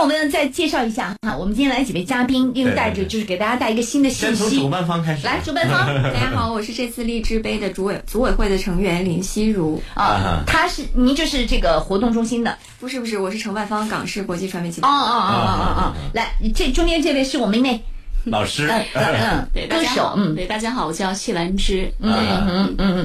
那我们再介绍一下哈，我们今天来几位嘉宾，因为带着就是给大家带一个新的信先从主息。办方开始。来，主办 方啊大家好，我是这次荔枝杯的组委组委会的成员林希如。啊啊，他是您就是这个活动中心的。不是不是，我是承办方港式国际传媒集哦团。哦哦哦哦哦，来，这中间这位是我们那老师，嗯 嗯对，嗯大歌家手好，嗯对，大家好，我叫谢兰芝，啊嗯嗯嗯，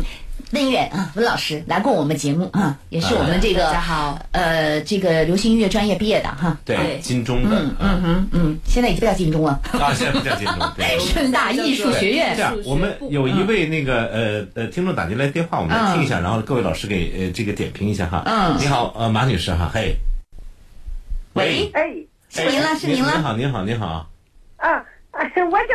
温远啊，温老师来过我们节目啊，也是我们这个大家好，呃这个流行音乐专业毕业的哈。对，对金钟的，嗯哼嗯，现在已经不叫金钟了，啊，现在不叫金钟，对。顺大艺术学嗯院这。样，我们有一位那个呃呃听众打进来电话，我们来听一下，然后各位老师给呃这个点评一下哈。嗯你好，呃，马女士哈，嘿，喂，哎，是您了，哎是您您了。好，您好，您好。啊， 哎我想我想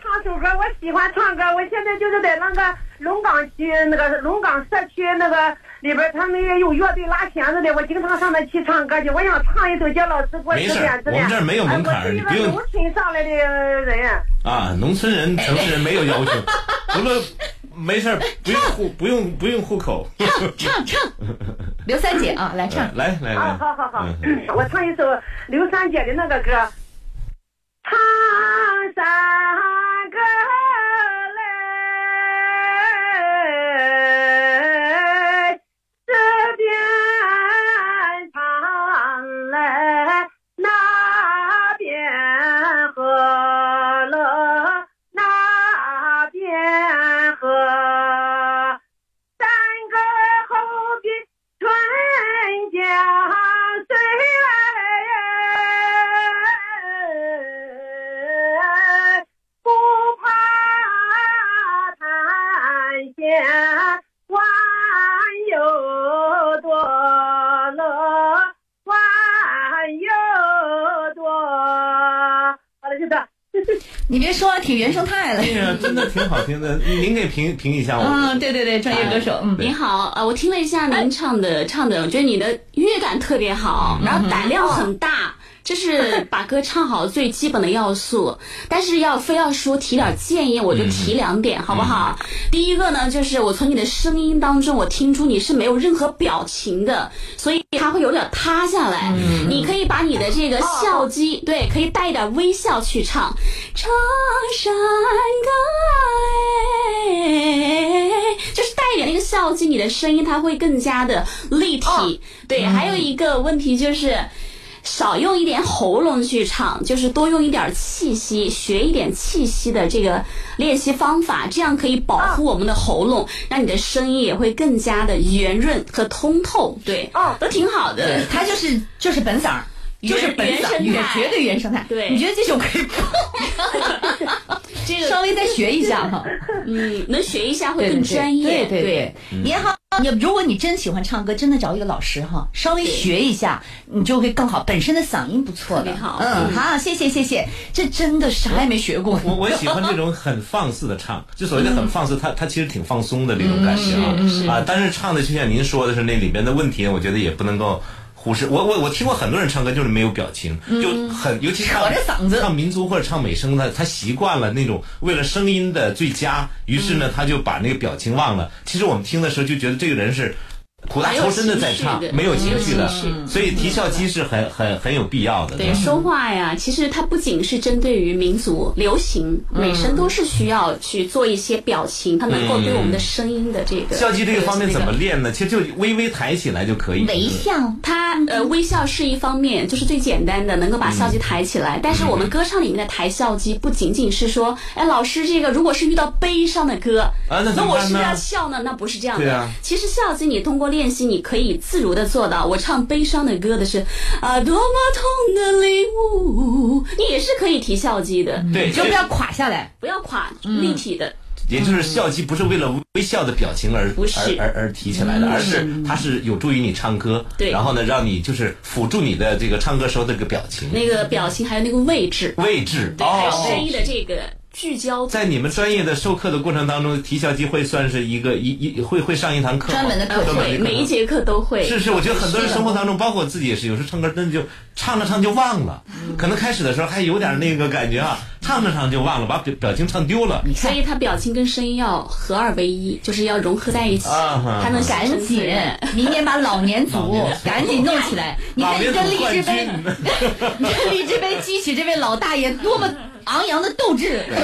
唱首歌，我喜欢唱歌，我现在就是在那个龙岗区那个龙岗社区那个里边，他们也有乐队拉弦子的，我经常上那去唱歌去。我想唱一首，叫老师给我没指事点指我点。们这儿没有门槛哎我是你一不个用农村上来的人，啊，农村哎人、城市人没有 要求，除了没事儿不用户不用不用户口，唱唱，刘三姐啊，来唱呃。来来啊来，，好好好，嗯我唱一首刘三姐的那个歌，唱山歌来，这边唱来，那边喝了，那边喝。山沟后边春江水，不怕滩险弯又多了，弯又多。好了，就这。你别说，挺原生态哎的。呀，真的挺好听的，您给评评一下我。嗯，对对对，专业歌哎手，嗯，您好，呃，我听了一下您唱的唱的，我觉得你的乐感特别好，然后胆量很大。这是把歌唱好最基本的要素，但是要非要说提点建议，我就提两点，好不好？第一个呢，就是我从你的声音当中，我听出你是没有任何表情的，所以它会有点塌下来。你可以把你的这个笑肌，对，可以带一点微笑去唱，唱山歌哎，就是带一点那个笑肌，你的声音它会更加的立体。哦对，嗯还有一个问题就是。少用一点喉咙去唱，就是多用一点气息，学一点气息的这个练习方法，这样可以保护我们的喉咙，让你的声音也会更加的圆润和通透。对，哦都挺好的。对，他就是就是本色儿。就是本色儿，原也原生态绝对原生态。对你觉得这首可以这稍个微再学一下哈？嗯，能学一下会更专业。对对对，嗯你好，你如果你真喜欢唱歌，真的找一个老师哈，稍微学一下，你就会更好。本身的嗓音不错特的别，好嗯，好，谢谢谢谢，这真的啥也没学过。我我喜欢这种很放肆的唱，就所谓的很放肆，它它其实挺放松的那种感觉啊、啊！但是唱的就像您说的是那里边的问题，我觉得也不能够忽视。我我我听过很多人唱歌就是没有表情，就很尤其唱扯着嗓子唱民族或者唱美声的，他习惯了那种为了声音的最佳，于是呢他就把那个表情忘了。其实我们听的时候就觉得这个人是。苦大仇深的在唱，没没有有情情绪绪的的，嗯所以啼笑皆是很很很有必要的。嗯对，说话呀，其实它不仅是针对于民族、流行、美声，都是需要去做一些表情，它嗯能够对我们的声音的这个笑肌这个方面怎么这个练呢？其实就微微抬起来就可以。微笑，它呃，嗯微笑是一方面，就是最简单的，能够把笑肌抬起嗯来。但是我们歌唱里面的抬笑肌，不仅仅是说，哎，老师这个如果是遇到悲伤的歌，啊那怎么我办是不呢是要笑呢？那不是这样对的。啊其实笑肌你通过练习，你可以自如的做到。我唱悲伤的歌的是啊，多么痛的领悟，你也是可以提笑肌的，对，你就这不要垮下来。不要垮，立体的。也就是笑肌不是为了微笑的表情而不是嗯而而而提起来的，而是它是有助于你唱歌，对然后呢，让你就是辅助你的这个唱歌时候的这个表情那个表情，还有那个位置，位置对，还有声哦。音的这个聚焦。在你们专业的授课的过程当中，提笑肌会算是一个一一会会上一堂课吗专门的课专门会课每一节课都会。是是，我觉得很多人生活当中，包嗯括我自己也是，有时候唱歌真的就唱着唱就忘了，可能开始的时候还有点那个感觉啊，唱着唱着就忘了，把表表情唱丢了。你所看以他表情跟声音要合二为一，就是要融合在一起，啊哈才能赶产生自紧然。，明年把老年老组年组赶紧弄起来。你老看，你年组跟冠励志杯，军， 你 跟励志杯激起这位老大爷多么昂扬的斗 志！我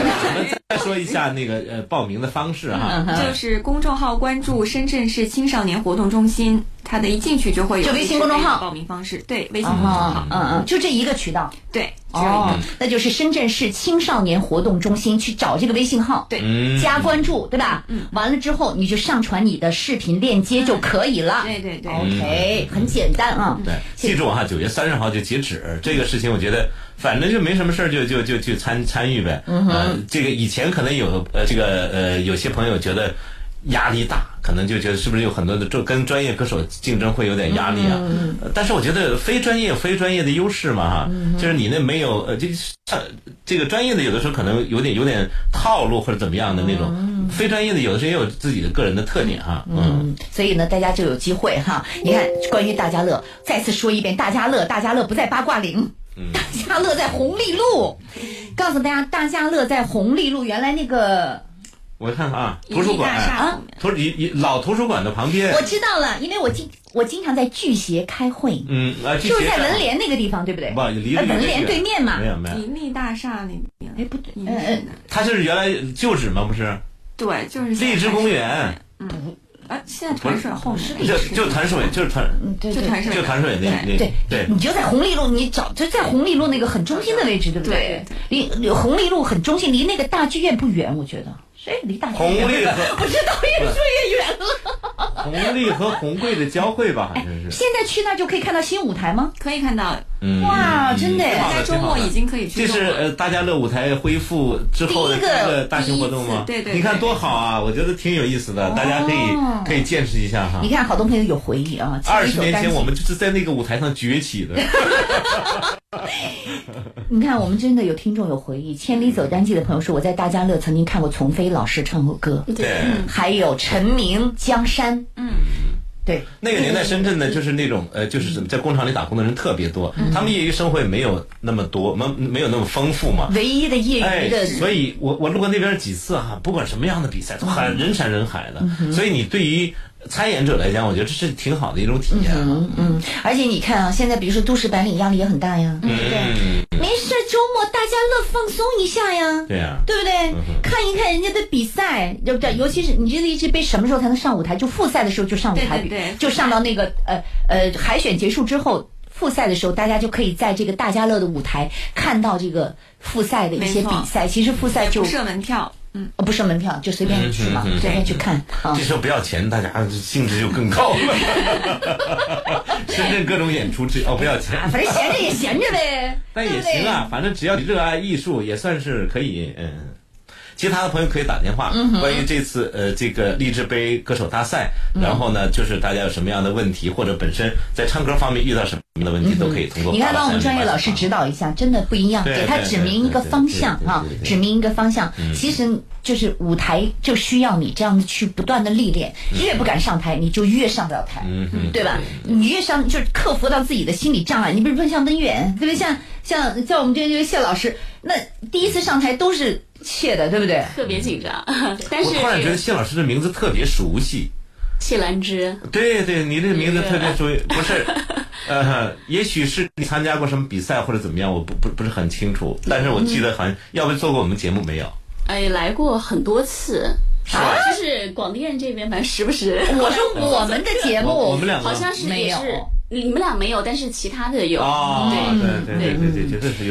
们再说一下那个呃报名的方式嗯哈。哼就是公众号关注深圳市青少年活动中心，它的一进去就会有就微信公众号报名方式，对，微信公众号啊，，嗯嗯，就这一个渠道对，只有一个哦，那就是深圳市青少年活动中心去找这个微信号，对嗯，加关注，对吧？嗯，完了之后你就上传你的视频链接就可以了。对对哦对， OK，很简单啊。对，记住哈，九月三十号就截止。这个事情，我觉得反正就没什么事儿，就就就去参参与呗。嗯、呃、这个以前可能有呃，这个呃，有些朋友觉得压力大，可能就觉得是不是有很多的这跟专业歌手竞争会有点压力啊？呃但是我觉得非专业有非专业的优势嘛哈，就是你那没有呃，就是像这个专业的有的时候可能有点有点套路或者怎么样的那种，非专业的有的时候也有自己的个人的特点哈。嗯嗯，所以呢，大家就有机会哈。你看，关于大家乐，再次说一遍，大家乐，大家乐不在八卦岭，嗯大家乐在红利路。告诉大家，大家乐在红利路，原来那个我看看啊，一图书地馆大厦后面。图一一老图书馆的旁边我，知道了，因为我经我经常在巨协开会，嗯啊，去就是学在校文联那个地方，对不对？不离呃得文有点联远对面嘛没。有没有，银利大厦那边，哎嗯哎，不对，银嗯利大嗯，厦它就是原来旧址嘛，不是对，就是荔枝公园，啊，现在团水后面就就潭水，就是潭嗯对就对。团水，就潭水那那对对你就在红利路，你找就在红利路那个很中心的位置，对不对离离红利路很中心，离那个大剧院不远，我觉得。谁离大剧红院？ 利和不知道越说越远了。红利和红贵的交汇吧，好像是。现在去那就可以看到新舞台吗？可以看到，嗯哇真的挺好大概周末已。经可以挺去好这动是了。呃大家乐舞台恢复之后的第一个大型活动吗？第一次对对对你看多好啊！我觉得挺有意思的，大家可以可以见识一下哈哦你。看，好多朋友有回忆啊。啊二十牵年手前我干净们就是在那个舞台上崛起 的，你看，我们真的有听众有回忆，《千里走单骑》的朋友说，我在大家乐曾经看过丛飞老师唱过歌，对。还有陈明、江山，嗯，对，那个年代，深圳呢，就是那种呃，就是在工厂里打工的人特别多，嗯他们业余生活也没有那么多，没没有那么丰富嘛。唯一的嗯业余哎的，，所以我我路过那边几次哈、不管什么样的比赛都嗯很人山人海的，所以你对于参演者来讲，我觉得这是挺好的一种体验啊。嗯，而且你看啊，现在比如说都市白领压力也很大呀，对不对？嗯，没事儿，周末大家乐放松一下呀。对啊呀、对不对？看一看人家的比赛，对不对？尤其是你这个一支杯什么时候才能上舞台？就复赛的时候就上舞台，对对对就上到那个呃呃海选结束之后。复赛的时候，大家就可以在这个大家乐的舞台看到这个复赛的一些没错比赛。其实复赛就不设门票，嗯，呃不收门票，就随便去嘛，嗯嗯嗯随便去看啊这。时候不要钱，大家兴致就更高了。 深圳各种演出这哦不要钱，啊反正闲着也闲着呗， 但也对不行对啊，反正只要你热爱艺术，也算是可以嗯。其他的朋友可以打电话，嗯关于这次呃这个励志杯歌手大赛，嗯然后呢，就是大家有什么样的问题，或者本身在唱歌方面遇到什么样的问题，都可以通过嗯你八看，八帮我三们零专业八老八师八指导一下，真的不一样，对给他对指对明一个对方对向对啊对，对嗯指明一个方向。其实就是舞台就需要你这样子去不断的历练，越不敢上台，你就越上不了台，嗯嗯对吧？你越上就是克服到自己的心理障碍。你比如说像温远，对不对？像像像我们这这个谢老师，那第一次上台都是怯的，对不对？特别紧张，但是我突然觉得谢老师的名字特别熟悉，谢兰芝，对对，你这名字特别熟悉，不是， 呃，也许是你参加过什么比赛或者怎么样，我不不不是很清楚，但是我记得好嗯像，要不做过我们节目没有？哎，来过很多次，啊是啊吧？就是广电这边，反正时不时，我说我们的节目，我我们两个嗯好像是没也有是你们俩没有，但是其他的有。哦哦，对对对对对，对，确实有点